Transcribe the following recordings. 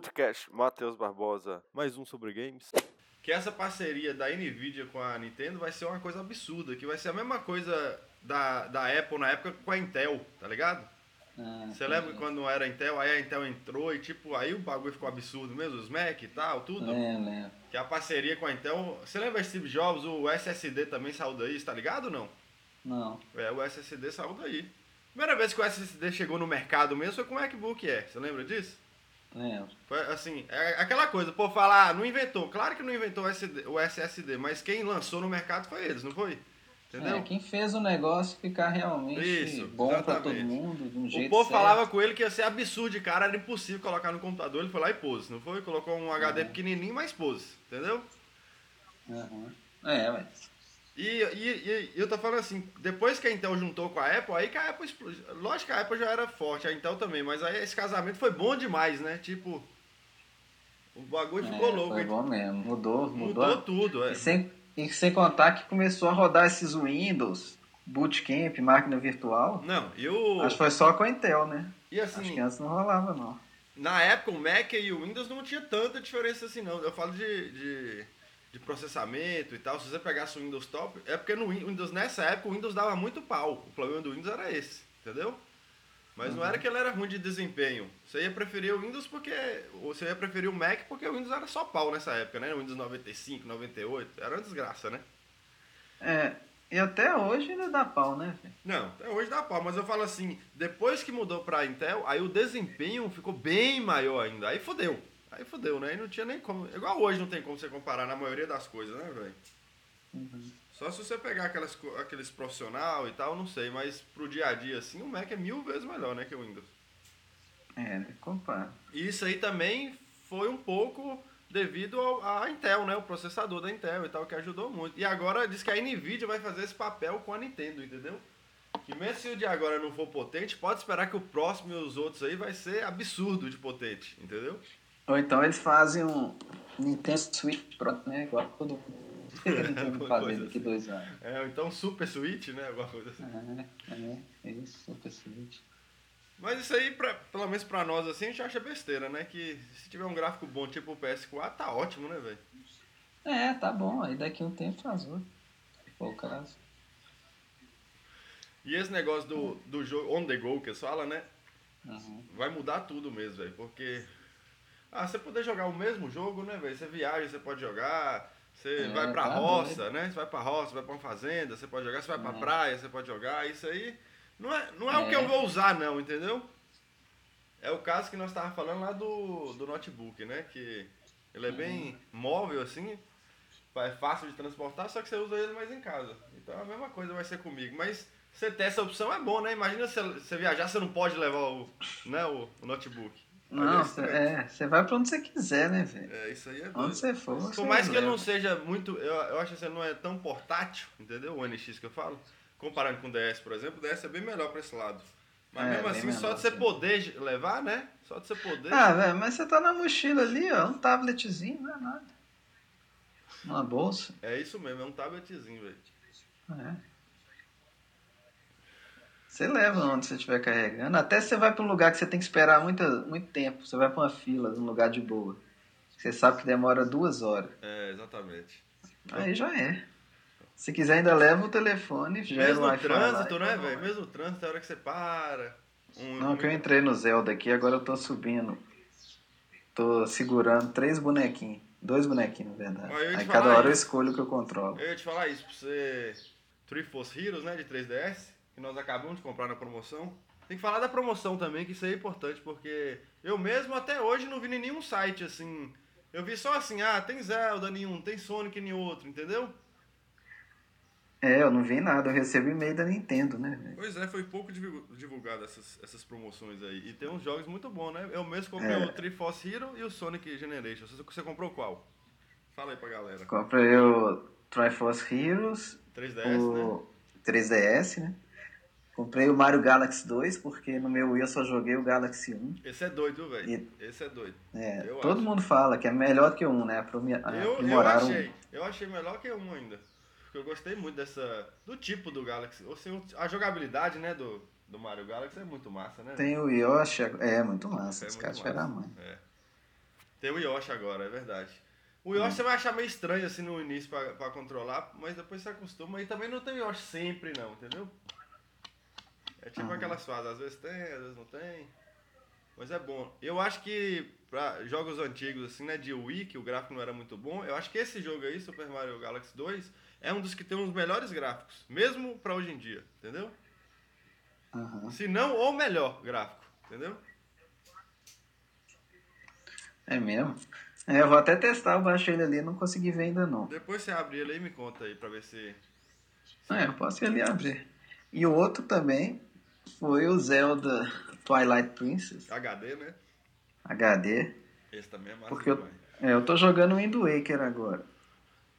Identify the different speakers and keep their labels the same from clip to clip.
Speaker 1: Podcast Matheus Barbosa, mais um sobre games.
Speaker 2: que essa parceria da Nvidia com a Nintendo vai ser uma coisa absurda, que vai ser a mesma coisa da, da Apple na época com a Intel, tá ligado?
Speaker 3: Ah,
Speaker 2: Você
Speaker 1: Uhum.
Speaker 2: lembra quando não era Intel, aí a Intel entrou e tipo, aí o bagulho ficou absurdo mesmo, os Mac e tal, tudo.
Speaker 1: É.
Speaker 3: Lembro, lembro.
Speaker 2: Que a parceria com a Intel. Você lembra Steve Jobs, o SSD também saiu daí, tá ligado ou não?
Speaker 3: Não.
Speaker 2: É, o SSD saiu daí. Primeira vez que o SSD chegou no mercado mesmo foi com o MacBook Air, você lembra disso?
Speaker 3: Lembro.
Speaker 2: Foi, assim, é aquela coisa, pô, falar, ah, não inventou. Claro que não inventou o SD o SSD, mas quem lançou no mercado foi eles, não foi? Entendeu?
Speaker 3: É, quem fez o negócio ficar realmente
Speaker 2: Isso,
Speaker 3: bom pra todo
Speaker 2: exatamente.
Speaker 3: mundo, de um
Speaker 2: O
Speaker 3: jeito
Speaker 2: povo
Speaker 3: certo.
Speaker 2: falava com ele que ia ser absurdo de cara, era impossível colocar no computador, ele foi lá e pôs, não foi? Colocou um
Speaker 3: Uhum.
Speaker 2: HD pequenininho, mas pôs, entendeu?
Speaker 3: Aham. É, ué.
Speaker 2: E, e, e eu tô falando assim, depois que a Intel juntou com a Apple, aí que a Apple explodiu. Lógico que a Apple já era forte, a Intel também, mas aí esse casamento foi bom demais, né? Tipo, o bagulho
Speaker 3: É,
Speaker 2: ficou louco,
Speaker 3: Foi
Speaker 2: hein?
Speaker 3: bom mesmo. Mudou, mudou. né?
Speaker 2: mudou tudo, é.
Speaker 3: E, sem, e sem contar que começou a rodar esses Windows, Bootcamp, máquina virtual.
Speaker 2: Não, e o.
Speaker 3: é Acho que foi só com a Intel, né?
Speaker 2: E
Speaker 3: Acho
Speaker 2: assim,
Speaker 3: que antes não rolava, não.
Speaker 2: Na época, o Mac e o Windows não tinha tanta diferença assim, não. Eu falo de, de, de processamento e tal. Se você pegasse o Windows top, é porque no Win- Windows, nessa época, o Windows dava muito pau. O problema do Windows era esse, entendeu? Mas não era que ele era ruim de desempenho. Você ia preferir o Windows porque. Ou você ia preferir o Mac porque o Windows era só pau nessa época, né? O Windows 95, 98. Era uma desgraça, né?
Speaker 3: É, e até hoje ainda dá pau, né? velho?
Speaker 2: Não, até hoje dá pau, mas eu falo assim, depois que mudou pra Intel, aí o desempenho ficou bem maior ainda. Aí fodeu. Aí fodeu, né? Aí não tinha nem como. Igual hoje não tem como você comparar na maioria das coisas, né, velho? Só se você pegar aquelas, co- aqueles profissional e tal, não sei, mas pro dia a dia assim, o Mac é mil vezes melhor, né, que o Windows.
Speaker 3: É, né? compara.
Speaker 2: E isso aí também foi um pouco devido ao- à Intel, né? O processador da Intel e tal, que ajudou muito. E agora diz que a Nvidia vai fazer esse papel com a Nintendo, entendeu? Que mesmo se o de agora não for potente, pode esperar que o próximo e os outros aí vai ser absurdo de potente, entendeu?
Speaker 3: Ou então eles fazem um Nintendo Switch Pro, né? Igual todo mundo.
Speaker 2: É, Alguma
Speaker 3: Nintendo fazer
Speaker 2: coisa
Speaker 3: daqui
Speaker 2: assim.
Speaker 3: dois anos.
Speaker 2: É, ou então Super Switch, né? Alguma coisa assim.
Speaker 3: É, é isso, Super Switch.
Speaker 2: Mas isso aí, pra, pelo menos pra nós assim, a gente acha besteira, né? Que se tiver um gráfico bom tipo o PS4, tá ótimo, né, velho?
Speaker 3: É, tá bom. Aí daqui um tempo faz outro. Pô, cara.
Speaker 2: E esse negócio do, do jogo on the go que eles falam, né?
Speaker 3: Uhum.
Speaker 2: Vai mudar tudo mesmo, velho. Porque. Ah, você poder jogar o mesmo jogo, né, velho? Você viaja, você pode jogar. Você
Speaker 3: É,
Speaker 2: vai pra
Speaker 3: tá
Speaker 2: roça, né? Você vai pra roça, vai pra uma fazenda, você pode jogar. Você vai pra
Speaker 3: É.
Speaker 2: praia, você pode jogar. Isso aí não é, não é, o que
Speaker 3: É.
Speaker 2: eu vou usar, não, entendeu? É o caso que nós tava falando lá do, do notebook, né? Que ele é bem móvel, assim. É fácil de transportar, só que você usa ele mais em casa. Então a mesma coisa vai ser comigo. Mas você ter essa opção é bom, né? Imagina você, você viajar, você não pode levar o, né, o, o notebook.
Speaker 3: Não,
Speaker 2: Olha
Speaker 3: cê-
Speaker 2: isso, né?
Speaker 3: é, você vai pra onde você quiser, né, velho?
Speaker 2: É, isso aí é doido.
Speaker 3: Onde você for. é você
Speaker 2: Por mais que ele
Speaker 3: leva.
Speaker 2: não seja muito. Eu, eu acho que ele não é tão portátil, entendeu? O NX que eu falo. Comparando com o DS, por exemplo, o DS é bem melhor pra esse lado. Mas
Speaker 3: É,
Speaker 2: mesmo
Speaker 3: bem
Speaker 2: assim, só
Speaker 3: melhor,
Speaker 2: de você
Speaker 3: sim.
Speaker 2: poder je- levar, né? Só de você poder.
Speaker 3: Ah, velho, mas você tá na mochila ali, ó. Um tabletzinho, não é nada. Uma bolsa.
Speaker 2: É isso mesmo, é um tabletzinho, velho.
Speaker 3: É. Você leva onde você estiver carregando. Até você vai pra um lugar que você tem que esperar muito, muito tempo. Você vai pra uma fila, num lugar de boa. Você sabe que demora duas horas.
Speaker 2: É, exatamente.
Speaker 3: Aí já é. Se quiser, ainda leva o telefone, gera
Speaker 2: Mesmo
Speaker 3: o
Speaker 2: no
Speaker 3: iPhone. é lá
Speaker 2: trânsito,
Speaker 3: e
Speaker 2: né,
Speaker 3: vai.
Speaker 2: velho? Mesmo no trânsito, a hora que você para. Um,
Speaker 3: Não, que eu entrei no Zelda aqui, agora eu tô subindo. Tô segurando três bonequinhos. Dois bonequinhos, na verdade.
Speaker 2: Mas eu ia te
Speaker 3: Aí cada
Speaker 2: falar
Speaker 3: hora eu
Speaker 2: isso.
Speaker 3: escolho o que eu controlo.
Speaker 2: Eu ia te falar isso pra você. Three Force Heroes, né? De 3DS, que nós acabamos de comprar na promoção. Tem que falar da promoção também, que isso aí é importante, porque eu mesmo até hoje não vi em nenhum site assim. Eu vi só assim, ah, tem Zelda nenhum, tem Sonic em outro, entendeu?
Speaker 3: É, eu não vi nada, eu recebo e-mail da Nintendo, né, velho?
Speaker 2: Pois é, foi pouco divu- divulgado essas, essas promoções aí. E tem uns jogos muito bons, né? Eu mesmo comprei
Speaker 3: É.
Speaker 2: o Three Force Hero e o Sonic Generation. Você, você comprou qual? Fala aí pra galera.
Speaker 3: Comprei o Triforce Heroes,
Speaker 2: 3DS, né?
Speaker 3: o 3DS, né? Comprei o Mario Galaxy 2, porque no meu Wii eu só joguei o Galaxy 1.
Speaker 2: Esse é doido, viu, velho.
Speaker 3: E-
Speaker 2: Esse é doido.
Speaker 3: É,
Speaker 2: Eu
Speaker 3: todo
Speaker 2: acho.
Speaker 3: mundo fala que é melhor que o 1, né? Aprome-
Speaker 2: Eu, eu
Speaker 3: Aprimoraram
Speaker 2: achei. Eu achei melhor que um ainda. Porque eu gostei muito dessa. Do tipo do Galaxy. Ou seja, a jogabilidade, né, do,
Speaker 3: um.
Speaker 2: do Mario Galaxy é muito massa, né?
Speaker 3: Tem o Yoshi, é muito massa,
Speaker 2: É
Speaker 3: os
Speaker 2: muito
Speaker 3: caras tiveram a
Speaker 2: massa.
Speaker 3: mãe.
Speaker 2: É. Tem o Yoshi agora, é verdade. O Yoshi você vai achar meio estranho assim no início pra, pra controlar, mas depois você acostuma. E também não tem Yoshi sempre não, entendeu? É tipo
Speaker 3: Uhum.
Speaker 2: aquelas fases, às vezes tem, às vezes não tem. Mas é bom. Eu acho que pra jogos antigos, assim, né, de Wii, que o gráfico não era muito bom, eu acho que esse jogo aí, Super Mario Galaxy 2, é um dos que tem os melhores gráficos, mesmo pra hoje em dia, entendeu? É.
Speaker 3: Aham.
Speaker 2: Se não, ou melhor gráfico, entendeu?
Speaker 3: É mesmo? É, eu vou até testar, eu baixo ele ali, não consegui ver ainda não.
Speaker 2: Depois você abre ele aí e me conta aí pra ver se.
Speaker 3: É, eu posso ir ali abrir. E o outro também foi o Zelda Twilight Princess
Speaker 2: HD, né?
Speaker 3: HD.
Speaker 2: Esse também é massa
Speaker 3: Porque eu,
Speaker 2: demais.
Speaker 3: é, eu tô jogando o Wind Waker agora.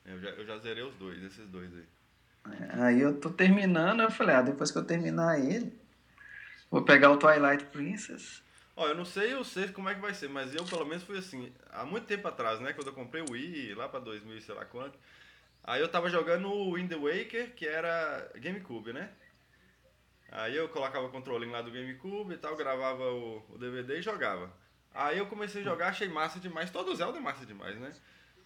Speaker 2: Eu já, eu já zerei os dois, esses dois aí.
Speaker 3: É, Aí eu tô terminando, eu falei, ah, depois que eu terminar ele, vou pegar o Twilight Princess.
Speaker 2: Ó, eu não sei eu sei como é que vai ser, mas eu pelo menos fui assim, há muito tempo atrás, né? Quando eu comprei o Wii, lá pra 2000 e sei lá quanto. Aí eu tava jogando o Wind Waker, que era GameCube, né? Aí eu colocava o controlinho lá do GameCube e tal, gravava o, o DVD e jogava. Aí eu comecei a jogar, achei massa demais. Todo Zelda é massa demais, né?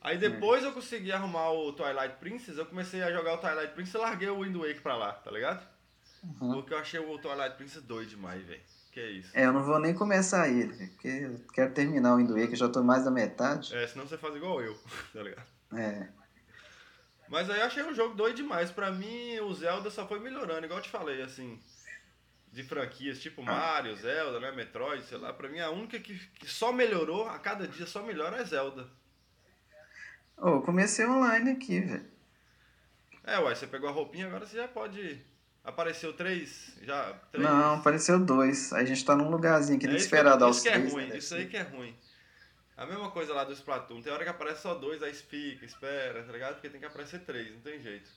Speaker 2: Aí depois eu consegui arrumar o Twilight Princess, eu comecei a jogar o Twilight Princess e larguei o Wind Waker pra lá, tá ligado?
Speaker 3: Uhum.
Speaker 2: Porque eu achei o Twilight Princess doido demais, velho. Que isso.
Speaker 3: É, eu não vou nem começar ele, velho, porque eu quero terminar o Wind Waker, já tô mais da metade.
Speaker 2: É, senão você faz igual eu, tá ligado?
Speaker 3: É,
Speaker 2: Mas aí eu achei um jogo doido demais. Pra mim, o Zelda só foi melhorando, igual eu te falei, assim. De franquias tipo Mario, Zelda, né? Metroid, sei lá. Pra mim, a única que, que só melhorou, a cada dia só melhora, é Zelda.
Speaker 3: Ô, eu comecei online aqui, velho.
Speaker 2: É, uai, você pegou a roupinha, agora você já pode. Apareceu três? Já. Três.
Speaker 3: Não, apareceu dois. Aí a gente tá num lugarzinho que tem que esperar dar
Speaker 2: isso
Speaker 3: os
Speaker 2: que é
Speaker 3: três.
Speaker 2: ruim,
Speaker 3: né?
Speaker 2: isso aí que é ruim. A mesma coisa lá do Splatoon, tem hora que aparece só dois, aí fica, espera, tá ligado? Porque tem que aparecer três, não tem jeito.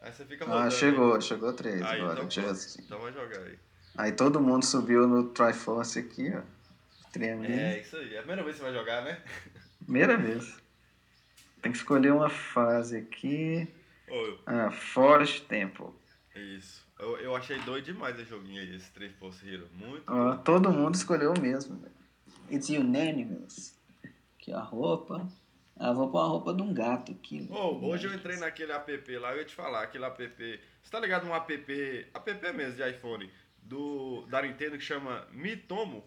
Speaker 2: Aí você fica rodando. né?
Speaker 3: Ah, chegou, chegou três
Speaker 2: Aí,
Speaker 3: agora.
Speaker 2: então,
Speaker 3: chegou
Speaker 2: pronto.
Speaker 3: assim.
Speaker 2: então vai jogar aí.
Speaker 3: Aí todo mundo subiu no Triforce aqui, ó. Tremendo.
Speaker 2: É, isso aí. É a primeira vez que você vai jogar, né?
Speaker 3: Primeira vez. Tem que escolher uma fase aqui.
Speaker 2: Ô,
Speaker 3: Ah, Forest Temple.
Speaker 2: isso. Eu, eu achei doido demais esse joguinho aí, esse Três Force Hero. Muito.
Speaker 3: Ó, todo mundo escolheu o mesmo. velho. It's unanimous. Aqui a roupa. Ah, vou pôr a roupa de um gato aqui. né?
Speaker 2: Ô, hoje eu entrei naquele app lá, eu ia te falar, aquele app. Você tá ligado num app. app mesmo de iPhone, do, da Nintendo que chama Mi Tomo?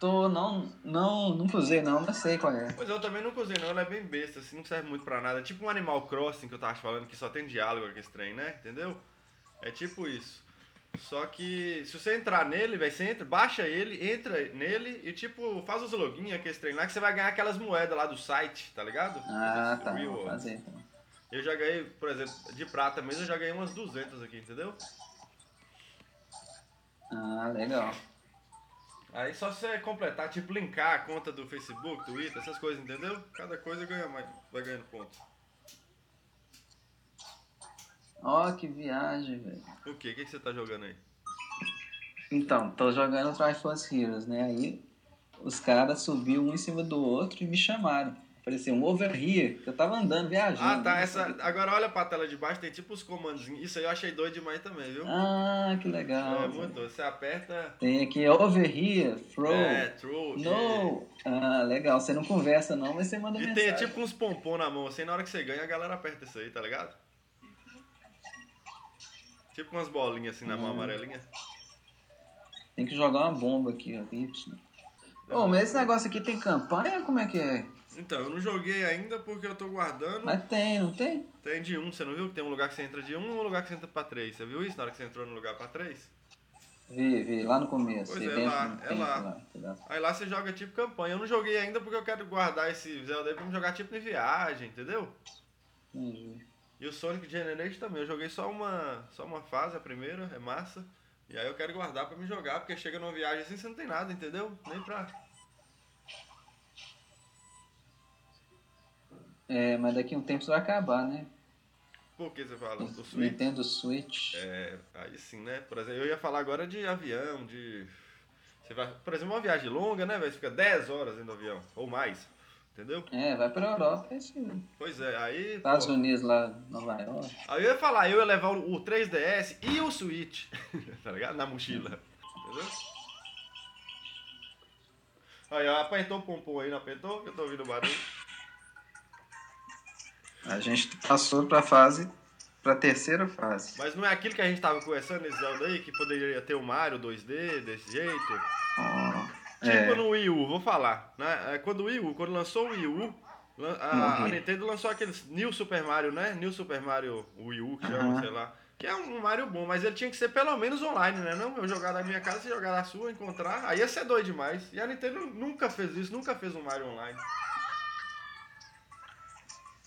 Speaker 3: Tô, não, não, nunca usei não, mas sei qual é.
Speaker 2: Pois eu também nunca usei, não. Ela é bem besta, assim, não serve muito pra nada. É tipo um Animal Crossing que eu tava te falando, que só tem diálogo com esse trem, né? Entendeu? É tipo isso. Só que se você entrar nele, velho, você entra, baixa ele, entra nele e tipo, faz os login com esse trem lá que você vai ganhar aquelas moedas lá do site, tá ligado?
Speaker 3: Ah,
Speaker 2: Dos
Speaker 3: tá, vou
Speaker 2: rewards.
Speaker 3: fazer então.
Speaker 2: Eu já ganhei, por exemplo, de prata mesmo, eu já ganhei umas 200 aqui, entendeu?
Speaker 3: Ah, legal.
Speaker 2: Aí só você completar, tipo, linkar a conta do Facebook, Twitter, essas coisas, entendeu? Cada coisa ganha mais, vai ganhando ponto.
Speaker 3: Ó, que viagem, velho.
Speaker 2: O quê? O que que você tá jogando aí?
Speaker 3: Então, tô jogando Triforce Heroes, né? Aí os caras subiam um em cima do outro e me chamaram. Apareceu um over here, que eu tava andando, viajando.
Speaker 2: Ah, tá.
Speaker 3: né?
Speaker 2: Essa... Agora olha pra tela de baixo, tem tipo os comandos. Isso aí eu achei doido demais também, viu?
Speaker 3: Ah, que legal.
Speaker 2: é
Speaker 3: velho.
Speaker 2: muito. Você aperta.
Speaker 3: Tem aqui over here, throw,
Speaker 2: É, true.
Speaker 3: no. Ah, legal. Você não conversa não, mas você manda
Speaker 2: E, e tem
Speaker 3: mensagem.
Speaker 2: tipo uns pompom na mão, assim, na hora que você ganha, a galera aperta isso aí, tá ligado? Tipo umas bolinhas assim na mão
Speaker 3: Hum.
Speaker 2: amarelinha.
Speaker 3: Tem que jogar uma bomba aqui, ó. Y.
Speaker 2: É.
Speaker 3: Ô, mas esse negócio aqui tem campanha? Como é que é?
Speaker 2: Então, eu não joguei ainda porque eu tô guardando.
Speaker 3: Mas tem, não tem?
Speaker 2: Tem de um, você não viu? Que tem um lugar que você entra de um e um lugar que você entra pra três. Você viu isso na hora que você entrou no lugar pra três?
Speaker 3: Vê, vê, lá no começo.
Speaker 2: Pois é,
Speaker 3: evento
Speaker 2: lá,
Speaker 3: no
Speaker 2: é
Speaker 3: tempo
Speaker 2: lá.
Speaker 3: tá ligado?
Speaker 2: Aí lá você joga tipo campanha. Eu não joguei ainda porque eu quero guardar esse Zelda aí pra me jogar tipo em viagem, entendeu?
Speaker 3: Entendi.
Speaker 2: E o Sonic Generation também. Eu joguei só uma, só uma fase, a primeira, é massa. E aí eu quero guardar pra me jogar, porque chega numa viagem assim, você não tem nada, entendeu? Nem pra...
Speaker 3: É, mas daqui a um tempo isso vai acabar, né?
Speaker 2: Por que você fala? Do Switch?
Speaker 3: Nintendo Switch.
Speaker 2: É, aí sim, né? Por exemplo, eu ia falar agora de avião, de... Você vai... Por exemplo, uma viagem longa, né? velho? Você fica 10 horas dentro do avião, ou mais, entendeu?
Speaker 3: É, vai pra Europa, é isso. aí.
Speaker 2: Pois é, aí... pô,
Speaker 3: Estados Unidos lá, Nova York.
Speaker 2: Aí eu ia falar, eu ia levar o o 3DS e o Switch, tá ligado? Na mochila, entendeu? Aí, ó, apertou o pompom aí, não apertou? Eu tô ouvindo o barulho.
Speaker 3: A gente passou pra fase, pra terceira fase.
Speaker 2: Mas não é aquilo que a gente tava conversando nesse Zelda aí, que poderia ter o Mario 2D desse jeito?
Speaker 3: Ó,
Speaker 2: Tipo
Speaker 3: é,
Speaker 2: no Wii U, vou falar. né? É, Quando o Wii U, quando lançou o Wii U, lan- a, a
Speaker 3: Uhum.
Speaker 2: Nintendo lançou aqueles New Super Mario, né? New Super Mario Wii U, que chama,
Speaker 3: Aham.
Speaker 2: sei lá. Que é um Mario bom, mas ele tinha que ser pelo menos online, né? Não, eu jogar na minha casa, você jogar na sua, encontrar. Aí ia ser doido demais. E a Nintendo nunca fez isso, nunca fez um Mario online.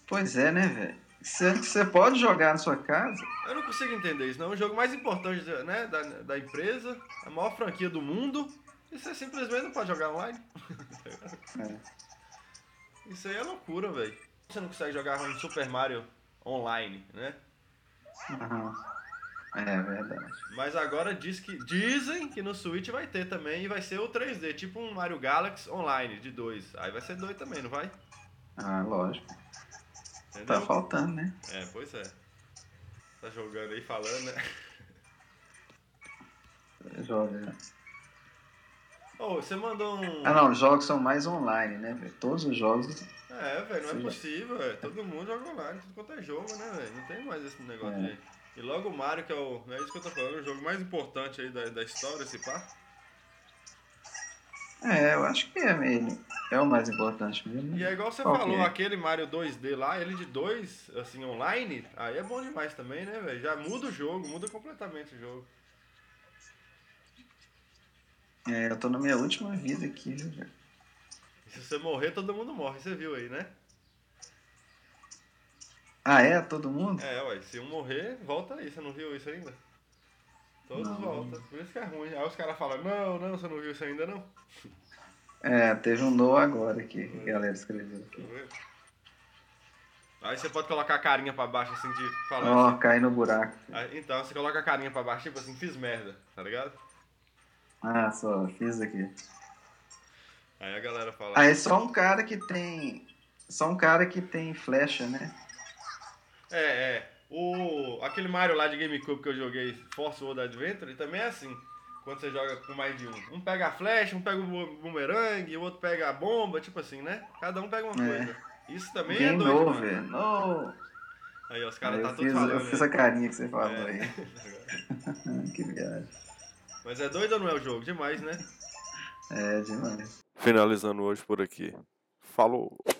Speaker 3: pois é, né, velho? Você você pode jogar na sua casa?
Speaker 2: Eu não consigo entender isso, não. É o jogo mais importante né, da, da empresa, É a maior franquia do mundo, e você simplesmente não pode jogar online. Isso aí é loucura, velho. Você não consegue jogar um Super Mario online, né?
Speaker 3: Aham. É verdade.
Speaker 2: Mas agora diz que, dizem que no Switch vai ter também e vai ser o 3D, tipo um Mario Galaxy online de dois. Aí vai ser doido também, não vai?
Speaker 3: Ah, lógico. Tá
Speaker 2: Entendeu?
Speaker 3: faltando, né?
Speaker 2: É, pois é. Tá jogando aí falando, né?
Speaker 3: Joga.
Speaker 2: Ô, você mandou um.
Speaker 3: Ah, não, os jogos são mais online, né, velho? Todos os jogos.
Speaker 2: É, velho, não é
Speaker 3: Sim.
Speaker 2: possível, velho. Todo mundo joga online, tudo quanto é jogo, né, velho? Não tem mais esse negócio
Speaker 3: É.
Speaker 2: aí. E logo o Mario, que é o. É isso que eu tô falando, o jogo mais importante aí da, da história, esse pá.
Speaker 3: É, eu acho que é mesmo. É o mais importante mesmo.
Speaker 2: E
Speaker 3: né?
Speaker 2: é igual você
Speaker 3: Qual que
Speaker 2: falou,
Speaker 3: é?
Speaker 2: aquele Mario 2D lá, ele de dois, assim, online, aí é bom demais também, né, velho? Já muda o jogo, muda completamente o jogo.
Speaker 3: É, eu tô na minha última vida aqui, viu, velho?
Speaker 2: E se você morrer, todo mundo morre, você viu aí, né?
Speaker 3: Ah, é? Todo mundo?
Speaker 2: É, ué, se um morrer, volta aí, você não viu isso ainda? Todos
Speaker 3: Não.
Speaker 2: voltam, por isso que é ruim. Aí os caras falam, não, não, você não viu isso ainda não?
Speaker 3: É, teve um no agora aqui, que a galera escreveu.
Speaker 2: Tá vendo? Aí você pode colocar a carinha pra baixo, assim, de falar
Speaker 3: Ó, cai no buraco.
Speaker 2: assim. Aí, Então, você coloca a carinha pra baixo, tipo assim, fiz merda, tá ligado?
Speaker 3: Ah, só, fiz aqui.
Speaker 2: Aí a galera fala,
Speaker 3: Ah, é só um cara que tem. Só um cara que tem flecha, né?
Speaker 2: É, é. O, aquele Mario lá de GameCube que eu joguei, Force World Adventure, ele também é assim. Quando você joga com mais de um. Um pega a flecha, um pega o bu- bumerangue, o outro pega a bomba, tipo assim, né? Cada um pega uma
Speaker 3: É.
Speaker 2: coisa. Isso também é
Speaker 3: Game
Speaker 2: doido.
Speaker 3: over.
Speaker 2: mano.
Speaker 3: No!
Speaker 2: Aí, ó, os caras
Speaker 3: Aí
Speaker 2: tá
Speaker 3: eu,
Speaker 2: tudo
Speaker 3: fiz,
Speaker 2: falando.
Speaker 3: eu fiz
Speaker 2: né?
Speaker 3: a carinha que você falou
Speaker 2: É.
Speaker 3: aí. que viagem.
Speaker 2: Mas é doido ou não é o jogo? Demais, né?
Speaker 3: É demais.
Speaker 1: Finalizando hoje por aqui. Falou!